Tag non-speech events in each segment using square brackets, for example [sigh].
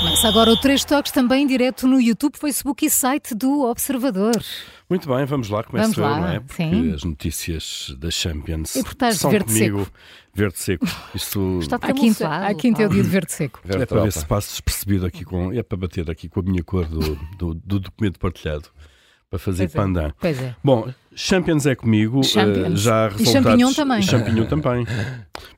Começa agora o Três Toques também direto no YouTube, Facebook e site do Observador. Muito bem, vamos lá, começo Vamos lá, eu, não é? Porque sim. as notícias da Champions E por estás de são verde tá- comigo verde seco. [laughs] Isto Está À quinta, camuflado. à quinta é o dia de verde seco. é para ver se passo despercebido aqui com. É para bater aqui com a minha cor do, do, do documento partilhado. Para fazer Pois é. pandan. Pois é. Bom, Champions é comigo. Champions. eh, já E resultados... champignon também. e champignon também.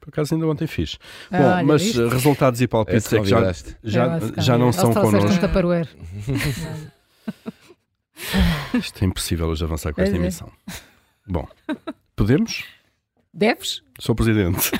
Por acaso ainda ontem fiz. Ah, Bom, olha, mas viste? eh, resultados e palpites Esse é que já, convidaste. já, Ela se já calhar. não são Ou se trouxeste connosco. um tupperware. Isto é impossível hoje avançar com esta Pois é. emissão. Bom, podemos? Deves? Sou presidente.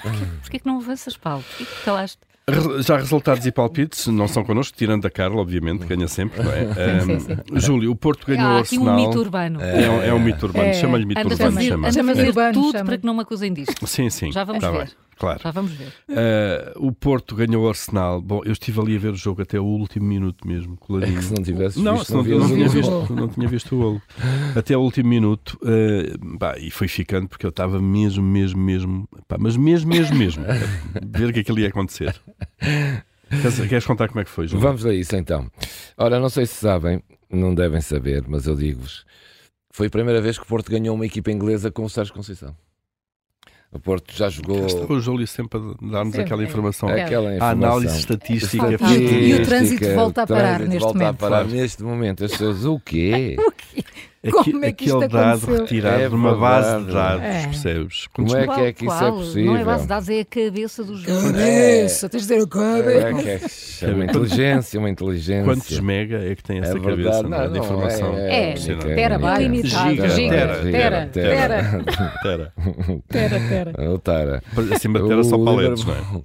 Porquê que não avanças, Paulo? Porquê que calaste? Re- Já resultados e palpites não são connosco, tirando a Carla, obviamente, que ganha sempre, não é? Sim, Ahm, sim, Júlio, o Porto ganhou o Há aqui um Arsenal. mito urbano. É um, é um mito urbano, É. chama-lhe mito Anda a urbano. fazer, Chama. anda a Chama-se fazer urbano, tudo chama. para que não me acusem disto. Sim, sim. Já vamos tá ver. bem, claro. Já vamos É ver. Ah, o Porto ganhou o Arsenal. Bom, eu estive ali a ver o jogo até o último minuto mesmo, É coladinho. É Se não tivesses Não, visto, se não, vias não o tinha gol. visto, não tinha visto o golo. Até o último minuto, eh, pá, e foi ficando porque eu estava mesmo, mesmo, mesmo, pá, mas mesmo, mesmo, mesmo, a ver que aquilo ia acontecer. Queres, queres contar como é que foi, João? Vamos a isso então. Ora, não sei se sabem, não devem saber, mas eu digo-vos. Foi a primeira vez que o Porto ganhou uma equipa inglesa com o Sérgio Conceição. O Porto já jogou Estava o Júlio sempre a dar-nos Sempre, aquela é. informação. É. aquela A informação. análise estatística é Falta- fez- E o- e o trânsito Estatística, volta a o parar trânsito neste volta momento. a parar Claro. neste momento. As pessoas, [laughs] o quê? Aqui- Como é que isto aquele dado aconteceu? retirado É de uma base de verdade. dados, É. percebes? Como é que é que isso é Qual? Não é possível? base de dados, é a cabeça do jogo. Cabeça, tens de dizer o É que é- é uma inteligência, uma inteligência. Quantos mega é que tem essa verdade. cabeça Não, né, de não, informação? é- É, Impressionante. terabyte. Terabyte. Giga, Giga. Tera. tera, Tera. tera. Tera. Tera, tera. O Tara. Acima de tera só O paletes, não é? Liverpool-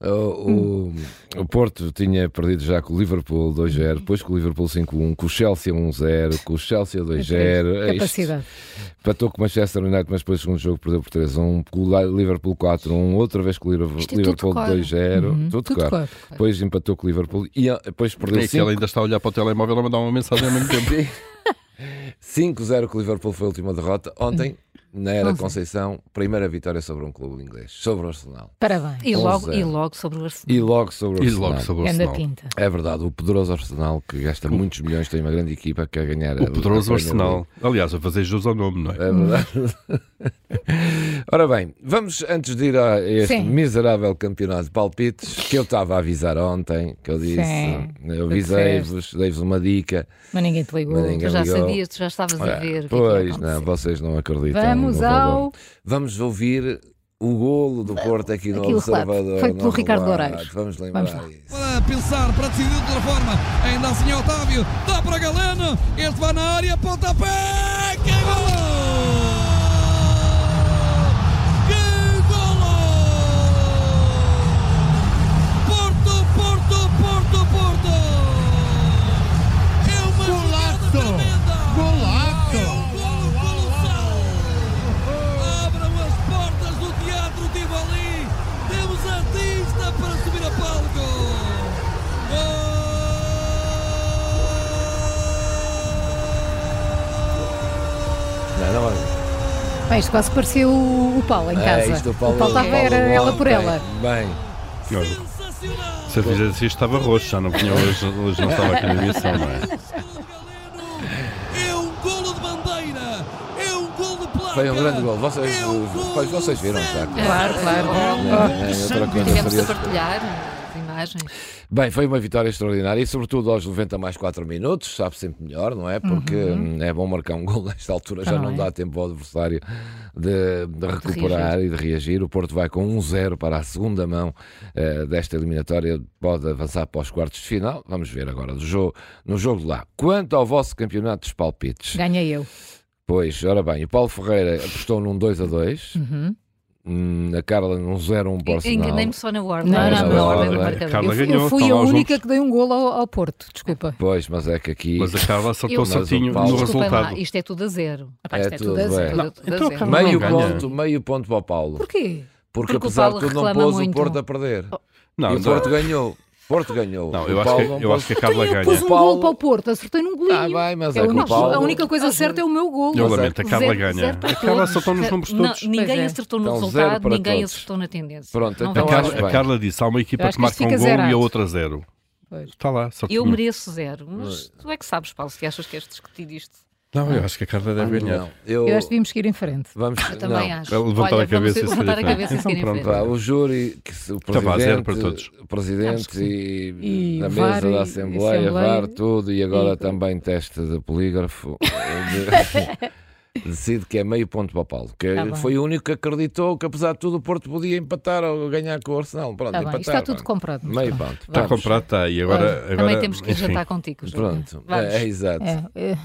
O, o- o Porto tinha perdido já com o Liverpool 2-0, depois com o Liverpool 5-1, com o Chelsea 1-0, com o Chelsea 2-0. É isto. Capacidade. Patou com o Manchester United, mas depois o segundo jogo perdeu por 3-1, com o Liverpool 4-1, outra vez com o Liver- Isto é tudo Liverpool cor. 2-0. Tudo, Tudo claro. claro. Depois empatou com o Liverpool e ah, depois É perdeu que ele 5 ainda está a olhar para o telemóvel a mandar uma mensagem ao mesmo tempo. [laughs] 5-0 com o Liverpool foi a última derrota. Ontem, na era Ontem. Conceição, primeira vitória sobre um clube inglês, sobre o Arsenal. Parabéns. E logo, Onze. e logo sobre o Arsenal. E logo sobre o E Arsenal. logo sobre o Ganda Arsenal. pinta. É verdade, o poderoso Arsenal que gasta muitos milhões, tem uma grande equipa que quer ganhar a- O poderoso a Premier Arsenal. Aliás, a fazer jus ao nome, não é? League. É verdade. Ora bem, vamos antes de ir a este Sim. miserável campeonato de palpites que eu estava a avisar ontem, que eu disse, Sim, eu avisei-vos, dei-vos uma dica. Mas ninguém te ligou. Mas ninguém- Tu já ligou. sabias, tu já estavas a Ah, ver. o que é que ia pois, não, acontecer. vocês não acreditam. Vamos no valor. ao. Vamos ouvir o golo do Porto aqui no aqui o relato. Observador. Feito pelo no Ricardo relato. Loureiros. Vamos lembrar Vamos lá. isso. Para pensar, para decidir de outra forma. Ainda assim, Otávio. Dá para Galeno. Este vai na área. Pontapé. Que golo! Que golo! Porto, Porto, Porto, Porto! É uma jogada tremenda! É um golo colossal! Abram as portas do Teatro Tivoli. Temos artista para subir a palco. Ah, Não, não, olha. Bem, isto quase pareceu o o Paulo em casa. É, isto o Paulo, estava Paulo era ontem. ela por ela. Bem, É. Olha, Gol! Sensacional! se eu fizesse isto, estava roxo. Já não vinha hoje, hoje não estava aqui na emissão, não é? [laughs] É um golo de bandeira. É um golo de placa. Foi um grande gol. Vocês- É um golo pois, vocês viram, sério. Saco. Claro, claro. é, é outra coisa Tivemos de seria- partilhar as imagens. Bem, foi uma vitória extraordinária e, sobretudo, aos 90 mais 4 minutos, sabe sempre melhor, não é? Porque hum, é bom marcar um gol nesta altura, já Não não, é? dá tempo ao adversário de, de recuperar e de reagir. O Porto vai com 1-0 para a segunda mão eh, desta eliminatória, pode avançar para os quartos de final. Vamos ver agora do jogo, no jogo de lá. Quanto ao vosso campeonato dos palpites, Ganhei eu. pois, ora bem, o Paulo Ferreira apostou num 2 a 2. Uhum. Hum, a Carla num 0-1 para o Arsenal. Enganei-me só na ordem. Não, não, na não, ordem do não, marcador. Carla Eu fui- Eu ganhou, fui estão a lá os única que dei um golo ao, ao Porto, desculpa. Pois, mas é que aqui. Mas a Carla acertou Eu- certinho Mas o Paulo- no Desculpem resultado. lá, isto é tudo a zero. Epá, isto É é tudo tudo a bem. zero. Tudo- tudo a então, zero. calma. meio, não ganha. ponto, meio ponto para o Paulo. Porquê? Porque, Porque o apesar de Paulo tudo, não reclama pôs o muito. Porto a perder. Não, e o não, Porto ganhou. Porto ganhou. não, O eu acho Paulo que, não eu pôs- acho que a Então Carla eu ganha. pus um O Paulo- golo para o Porto, acertei num Tá golinho. bem, mas É é o que o único- Paulo- Ah, A única coisa certa é o meu golo. Eu Mas é- lamento, a Carla Zero- ganha. zero para A Carla todos. acertou nos números Não, todos. Pois ninguém é. acertou no Então, zero resultado, para ninguém todos. acertou na tendência. Pronto, Não então A vale. acho Carla, a bem. Carla disse: há uma equipa Eu acho que que marca isto um fica gol e a zerado. outra zero. Pois. Está lá, só Eu mereço zero, mas tu é que sabes, Paulo, se achas que és discutir isto. Não, eu acho que a Carla deve ganhar. Ah, Não, eu, Eu acho que devíamos que ir em frente. vamos, Eu também não. acho. Ela levantar Olha, a cabeça e vamos seguir levantar a em frente. cabeça e Então seguir em pronto, frente. Vá, o júri, que se- o Então vá, zero presidente, para todos. o presidente e, E na VAR mesa e- da e Assembleia, Assembleia. VAR, tudo, e agora E- também teste de [laughs] polígrafo. [laughs] Decide que é meio ponto para o Paulo, que Tá bem. foi o único que acreditou que, apesar de tudo, o Porto podia empatar ou ganhar com o Arsenal. Pronto, Tá bem, empatar. isto está tudo pronto. comprado. Tá mas Meio pronto. ponto. Está Vamos. Tá comprado, está. E agora. Também agora, temos que ir enfim, jantar contigo, Júlio. Pronto, Vamos. é, é exato. É, é.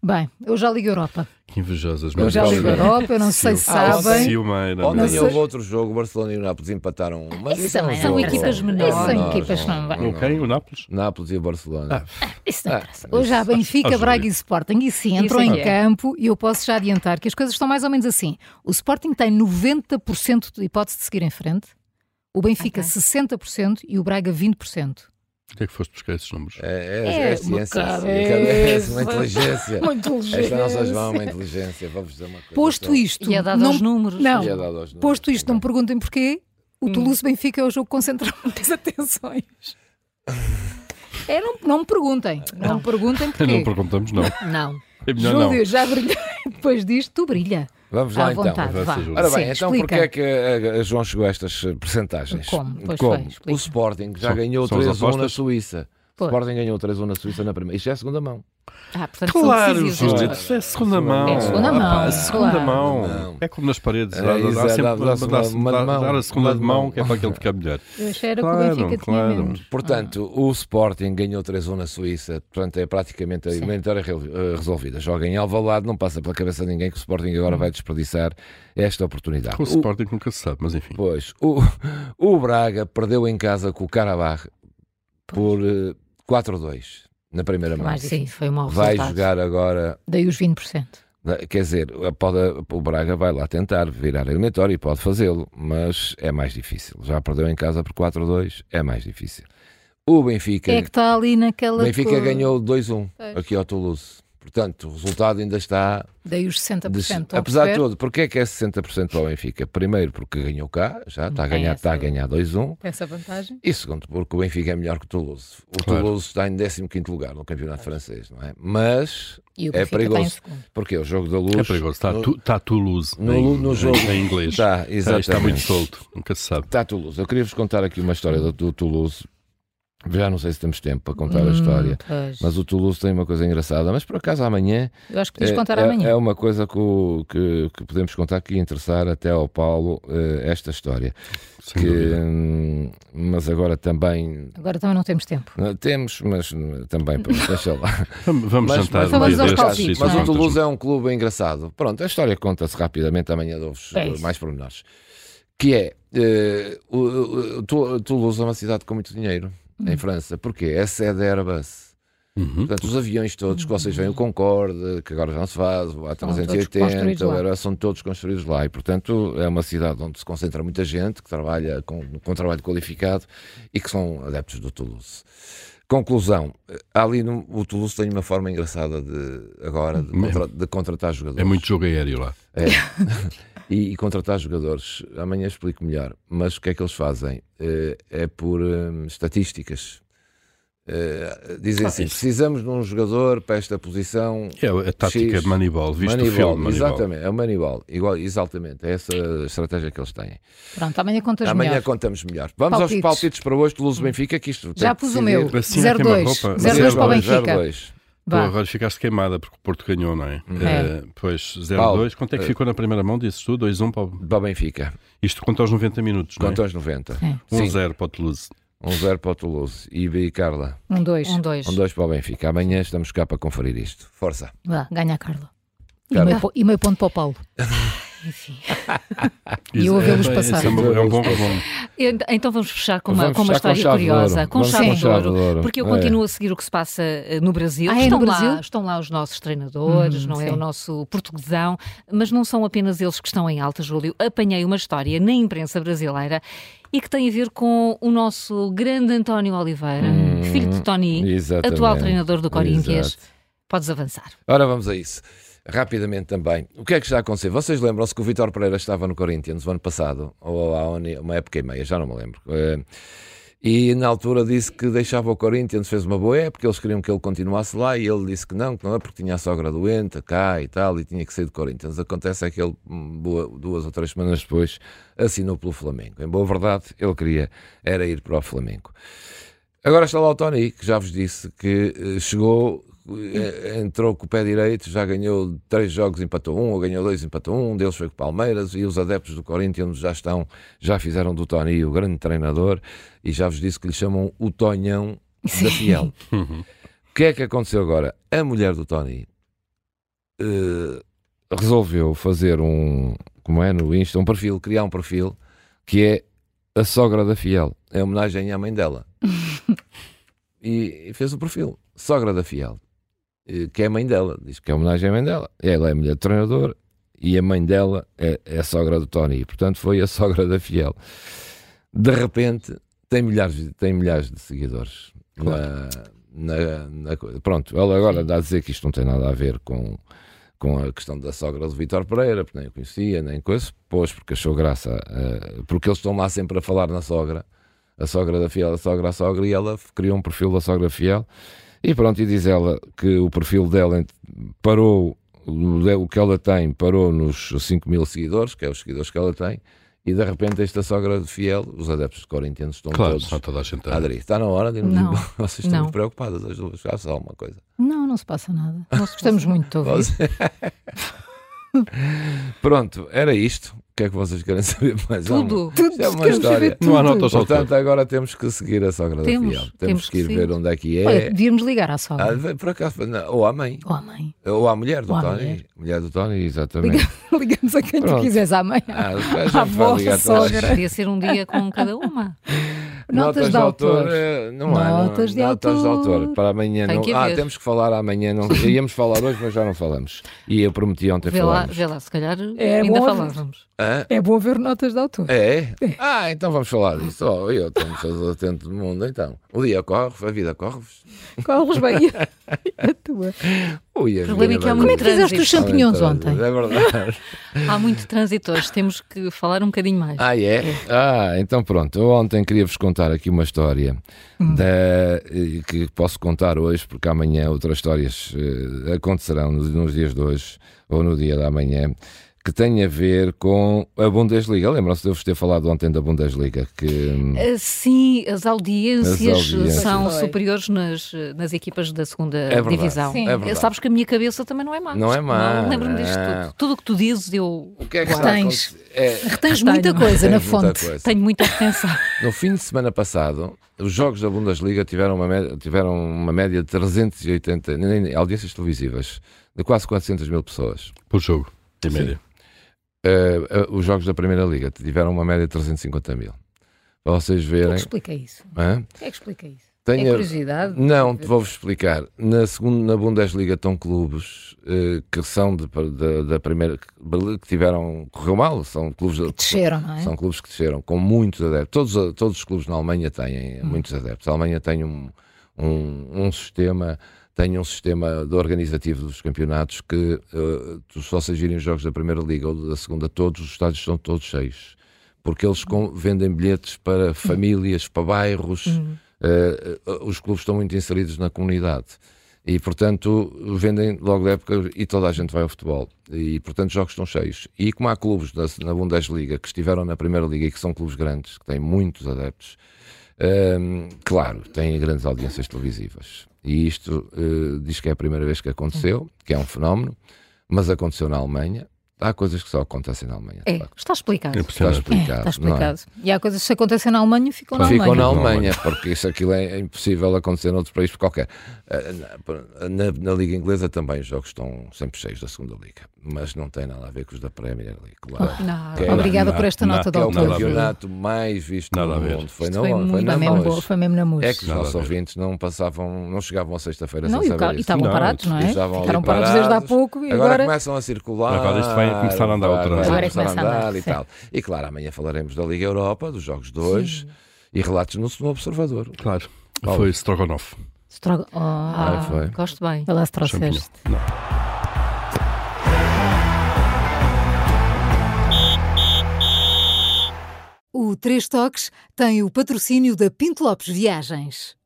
Bem, eu já ligo a Europa. Que invejosas, Eu Eu mas já Paulo, ligo a não. Europa, eu não sei se Ah, eu sabem. Ciumeira, meu Ontem Não houve sei. Deus. outro jogo, o Barcelona e o Nápoles empataram um. Mas Isso isso é um também são jogo. equipas Isso menores. é São menor, equipas que não vai. Com quem? O Nápoles? Nápoles e o Barcelona. Isso não Ah, interessa. Hoje há Ah, Benfica, Júlio. Braga e Sporting. E sim, entrou Isso é em que é. campo e eu posso já adiantar que as coisas estão mais ou menos assim. O Sporting tem 90% de hipótese de seguir em frente, o Benfica Ok. 60% e o Braga 20%. O que é que foste buscar esses números? É, é, é, É ciência. uma sim. É cabeça. uma inteligência. Muito Esta nossa João é uma inteligência. Vamos dizer uma coisa. então. Posto isto, E é dado não- aos números. não. E é dado aos números posto isto, não me também. perguntem porquê, o Toulouse-Benfica é o jogo que concentra [laughs] muitas atenções. É, não, não me perguntem, não, me perguntem porquê. Não perguntamos, não. É Não. melhor não. Júlio, já brilhei [laughs] depois disto, tu brilha. Vamos lá à então. vontade, Vai, vá. seja Ora bem, Sim, então explica. porquê é que a, a João chegou a estas eh, percentagens? Como? Pois foi, explica. o Sporting já São- ganhou são as 3-1 na apostas? Suíça. O Pois. Sporting ganhou 3-1 na Suíça na primeira. Isto já é a segunda mão. Ah, portanto, são Claro, decisivos Júlio, estes. isso é segunda mão. É segunda mão, Rapaz, segunda claro. mão. Não. É como nas paredes. É, Dá, dá, exato, sempre dá- dá, dá-se dá- uma de mão. dar a segunda de mão, que é para aquele que ficar melhor. Eu achei era Claro, que o Benfica claro. tinha menos. Portanto, Ah. o Sporting ganhou 3-1 na Suíça, portanto é praticamente a eliminatória rel- eh, resolvida. Joga em Alvalade, não passa pela cabeça de ninguém que o Sporting agora Hum. vai desperdiçar esta oportunidade. Com o Sporting nunca se sabe, mas enfim. Pois, o, [laughs] o Braga perdeu em casa com o Carabach por eh, 4-2 na primeira mão. Mais Sim, foi um mau Vai resultado. jogar agora, Daí os 20%. quer dizer, pode, o Braga vai lá tentar virar a eliminatória e pode fazê-lo, mas é mais difícil. Já perdeu em casa por 4-2, é mais difícil. O Benfica... Quem é que está ali naquela. Benfica cor? ganhou 2-1 Pois. aqui ao Toulouse. Portanto, o resultado ainda está. Daí os de- 60%. estão a Apesar de perceber? tudo, porque é que é 60% para o Benfica? Primeiro, porque ganhou cá, já É está a tem ganhar, está a um. essa- ganhar 2-1. Essa vantagem. E segundo, porque o Benfica é melhor que o Toulouse. O Claro. Toulouse está em 15 lugar no campeonato francês, não é? Mas, E o É Benfica está em perigoso. segundo. porque o jogo da luz. É perigoso. Está no- tu- Está Toulouse no- em- no em- jogo. em inglês. Está, Está está muito exatamente. solto. Nunca se sabe. Está Toulouse. Eu queria-vos contar aqui uma história do, do Toulouse. Já não sei se temos tempo para contar a Hum, história. pois. Mas o Toulouse tem uma coisa engraçada. Mas por acaso amanhã Eu acho que podias contar é, amanhã. é uma coisa que, o- que- que podemos contar que ia interessar até ao Paulo eh, esta história. Sem Que, dúvida. hum, mas agora também. Agora também não temos tempo. eh, Temos, mas hum, também, pronto, deixa lá. Vamos [laughs] vamos mas, jantar. mas, um vamos dia aos destes, palpites, sim, mas não é? o contas-me. Toulouse é um clube engraçado. Pronto, a história conta-se rapidamente, amanhã dou-vos É eh, isso. mais pormenores. Que é, eh, o, o- o Tou- Toulouse é uma cidade com muito dinheiro em Hum. França. Porquê? É sede da Airbus. Uhum. Portanto, os aviões todos que vocês veem, o Concorde, que agora já não se faz, o todos construídos A380, o lá. Aero, são todos construídos lá. E, portanto, é uma cidade onde se concentra muita gente que trabalha com, com trabalho qualificado e que são adeptos do Toulouse. Conclusão: há ali no, o Toulouse tem uma forma engraçada de, agora de, contra- de contratar jogadores. É muito jogo aéreo lá. E, e contratar jogadores. Amanhã explico melhor. Mas o que é que eles fazem? Eh, É, por hum, estatísticas. Eh, dizem Ah, assim: isso. precisamos de um jogador para esta posição. É a tática X. de Moneyball. Viste o filme Moneyball? exatamente, é o Manibal, igual, exatamente, é essa a estratégia que eles têm. Pronto, amanhã contas Amanhã melhor. contamos melhor. Vamos aos Palpites. palpites para hoje, Toulouse Benfica, que isto tem Já que pus o decidir. meu. Assim, 0-2. queima-roupa. 0-2 para o Benfica. 0-2. Tu Vá. Então, agora ficaste queimada porque o Porto ganhou, não É. é? eh, Eh, pois, Paulo, 0-2. Quanto é que ficou na primeira mão? Dizes tu? 2-1 para o... Para o Benfica, Isto conta aos 90 minutos, não é? conta aos 90. Sim. 1-0 para o Toulouse. 1-0 para o Toulouse. E B e Carla, Um, dois. Um, dois. 1-2 para o Benfica. Amanhã estamos cá para conferir isto. Força. Vá, ganha a Carla. E Carla. meio, po- e meio ponto para o Paulo. Enfim. E eu a vê-los bem, passar. isso É, uma- é um bom resumo. Ent- Então vamos fechar com uma, Vamos com uma fechar com história chave de ouro. curiosa, com Vamos com chave de chave ouro, de ouro. porque eu É. continuo a seguir o que se passa eh, no Brasil. Ah, é no estão, Brasil? Lá, estão lá os nossos treinadores, Uhum, não é sim. o nosso portuguesão, mas não são apenas eles que estão em alta, Júlio. Apanhei uma história na imprensa brasileira e que tem a ver com o nosso grande António Oliveira, Hum, filho de Tony, Exatamente. atual treinador do Corinthians. Exato. Podes avançar. Ora, vamos a isso. Rapidamente também. O que é que está a acontecer? Vocês lembram-se que o Vitor Pereira estava no Corinthians o ano passado, ou há um- uma época e meia, já não me lembro. Eh, E na altura disse que deixava o Corinthians, fez uma boa época, eles queriam que ele continuasse lá e ele disse que não, que não é porque tinha a sogra doente cá e tal, e tinha que sair do Corinthians. Acontece é que ele, hum, boa- duas ou três semanas depois, assinou pelo Flamengo. Em boa verdade, ele queria era ir para o Flamengo. Agora está lá o Tony, que já vos disse que eh, chegou, eh, entrou com o pé direito, já ganhou três jogos, empatou um, ou ganhou dois, empatou um, um deles foi com o Palmeiras e os adeptos do Corinthians já estão, já fizeram do Tony o grande treinador e já vos disse que lhe chamam o Tonhão da Fiel. O que é que aconteceu agora? A mulher do Tony eh, resolveu fazer um, como é no Insta, um perfil, criar um perfil que é a sogra da Fiel, em homenagem à mãe dela e fez o perfil. Sogra da Fiel, eh, que é a mãe dela, diz que é homenagem à mãe dela. Ela é mulher do treinador e a mãe dela é, é a sogra do Tony, e portanto foi a [laughs] sogra da Fiel. De repente tem milhares, de- tem milhares de seguidores. Na, na- na coisa. Pronto, ela agora dá a dizer que isto não tem nada a ver com, com a questão da sogra do Vitor Pereira, porque nem o conhecia, nem coisa, pois porque achou graça, eh, porque eles estão lá sempre a falar na sogra a sogra da fiel, a sogra, a sogra, e ela f- criou um perfil da sogra fiel. E pronto, e diz ela que o perfil dela ent- parou, o de- o que ela tem parou nos 5 mil seguidores, que é os seguidores que ela tem, e de repente esta sogra fiel, os adeptos de Corinthians estão Claro, todos está toda a gente a a- aderir. Está tá na hora de Não. [laughs] vocês estão Não. muito preocupadas as duas, já se alguma coisa. Não, [laughs] não se passa nada. Nós gostamos muito de ouvir. Você- pronto, era isto. O que é que vocês querem [laughs] saber mais? Há uma- Tudo. Tudo, É uma queremos história. Então, saber tudo. Não há notas ao Portanto, agora temos que seguir a sogra Temos, da fiel. Temos, temos que ir que ver seguir. onde é que é. Olha, devíamos ligar à sogra. Ah, vem por acaso, não, ou à mãe, Ou à mãe. [laughs] ou à mulher do Ou à Tony. mulher. Mulher. do Tony, exatamente. Ligamos a quem tu Pronto. quiseres à mãe. Ah, já À me avó, vai ligar todas. sogra. Podia ser um dia com cada [laughs] uma. [laughs] Notas de autor. eh, Não há, não- Notas de notas de autor. autor. Para amanhã. Tem Não, que ah, haver. temos que falar amanhã. Não, íamos falar hoje, mas já não falamos. E eu prometi ontem Vê lá, falar. vê lá, se calhar É ainda bom ouvir. falávamos. É bom ver notas de autor. É? Ah, então vamos falar disso. Oh, eu estou muito atento do mundo, então. O dia corre, a vida corre. Corres bem. [laughs] [laughs] E a tua. Ui, a O problema vida é que há vai- Como é muito que fizeste os Trânsito. champignons ontem? É verdade. Há muito trânsito hoje, temos que falar um bocadinho mais. Ah, é? Ah, então pronto. Eu ontem queria-vos contar aqui uma história da- eh, que posso contar hoje, porque amanhã outras histórias eh, acontecerão nos, nos dias de hoje ou no dia da manhã. Que tem a ver com a Bundesliga. Lembram-se de eu vos ter falado ontem da Bundesliga? Que, hum, Ah, Sim, as As audiências, audiências. são Foi. superiores nas, nas equipas da segunda verdade. divisão. Eh, Sim. É verdade. Sabes que a minha cabeça também não é má. Não é má, É. Não Lembro-me disto não. tudo. Tudo o que tu dizes, eu o que é que está a Tens. acontecer? É, Retens muita coisa tem na muita fonte. coisa. tenho muita atenção. No fim de semana passado, os jogos da Bundesliga tiveram uma média, tiveram uma média de 380 nem- nem- audiências televisivas de quase 400 mil pessoas. Por jogo, em Sim. média. Eh, eh, os jogos da Primeira Liga tiveram uma média de 350 mil. Para vocês Quem é verem. que explica isso? hã? Quem é que explica isso? É Tenha- curiosidade? Não, te vou-vos explicar. Na, segunda, na Bundesliga estão clubes eh, que são de- da- da Primeira que tiveram. correu mal, são clubes da- Desceram, não é? São clubes que desceram com muitos adeptos. Todos, todos os clubes na Alemanha Hum. têm muitos adeptos. A Alemanha tem um, um, um sistema tem um sistema de organizativo dos campeonatos que eh, tu só se agirem os jogos da primeira liga ou da segunda, todos os estádios estão todos cheios. Porque eles Hum. com- vendem bilhetes para famílias, para bairros. Eh, eh, os clubes estão muito inseridos na comunidade. E, portanto, vendem logo da época e toda a gente vai ao futebol. E, portanto, os jogos estão cheios. E como há clubes na, na Bundesliga que estiveram na Primeira Liga e que são clubes grandes, que têm muitos adeptos, hum, claro, têm grandes audiências televisivas. E isto eh, diz que é a primeira vez que aconteceu, que é um fenómeno, mas aconteceu na Alemanha há coisas que só acontecem na Alemanha. de É, facto. está explicado. Está Impressionante. explicado. Está não é? explicado. E há coisas que se acontecem na Alemanha ficam na Ficam na Alemanha. Alemanha, porque isso aquilo é impossível acontecer noutro país qualquer. Eh, na- Na, na Liga Inglesa também os jogos estão sempre cheios da segunda Liga, mas não tem nada a ver com os da Premier League, claro. Não, Que é- Obrigada Não, por esta não, nota de Que é o Nada a ver. autor. campeonato mais visto Nada a no ver. mundo. Foi Isto não foi ontem, foi muito na Foi mesmo, boa, hoje. foi mesmo na música. É que os Nada a nossos ver. ouvintes não passavam, não chegavam à sexta-feira Não, sem e, o saber ca- e isso. estavam Não, parados, não é? estavam ali Ficaram parados desde há parados. pouco e Agora, agora. começam a circular. Agora isto vai começar a andar outra vai vez. Agora começar começa a andar, e sim. tal. E claro, amanhã falaremos da Liga Europa, dos jogos de hoje e relatos no segundo observador. Claro. Paulo. Foi Strogonoff. Estrogo- Oh, Ah, foi. gosto bem. vai lá se Champignon. trouxeste. Não. O Três Toques tem o patrocínio da Pinto Lopes Viagens.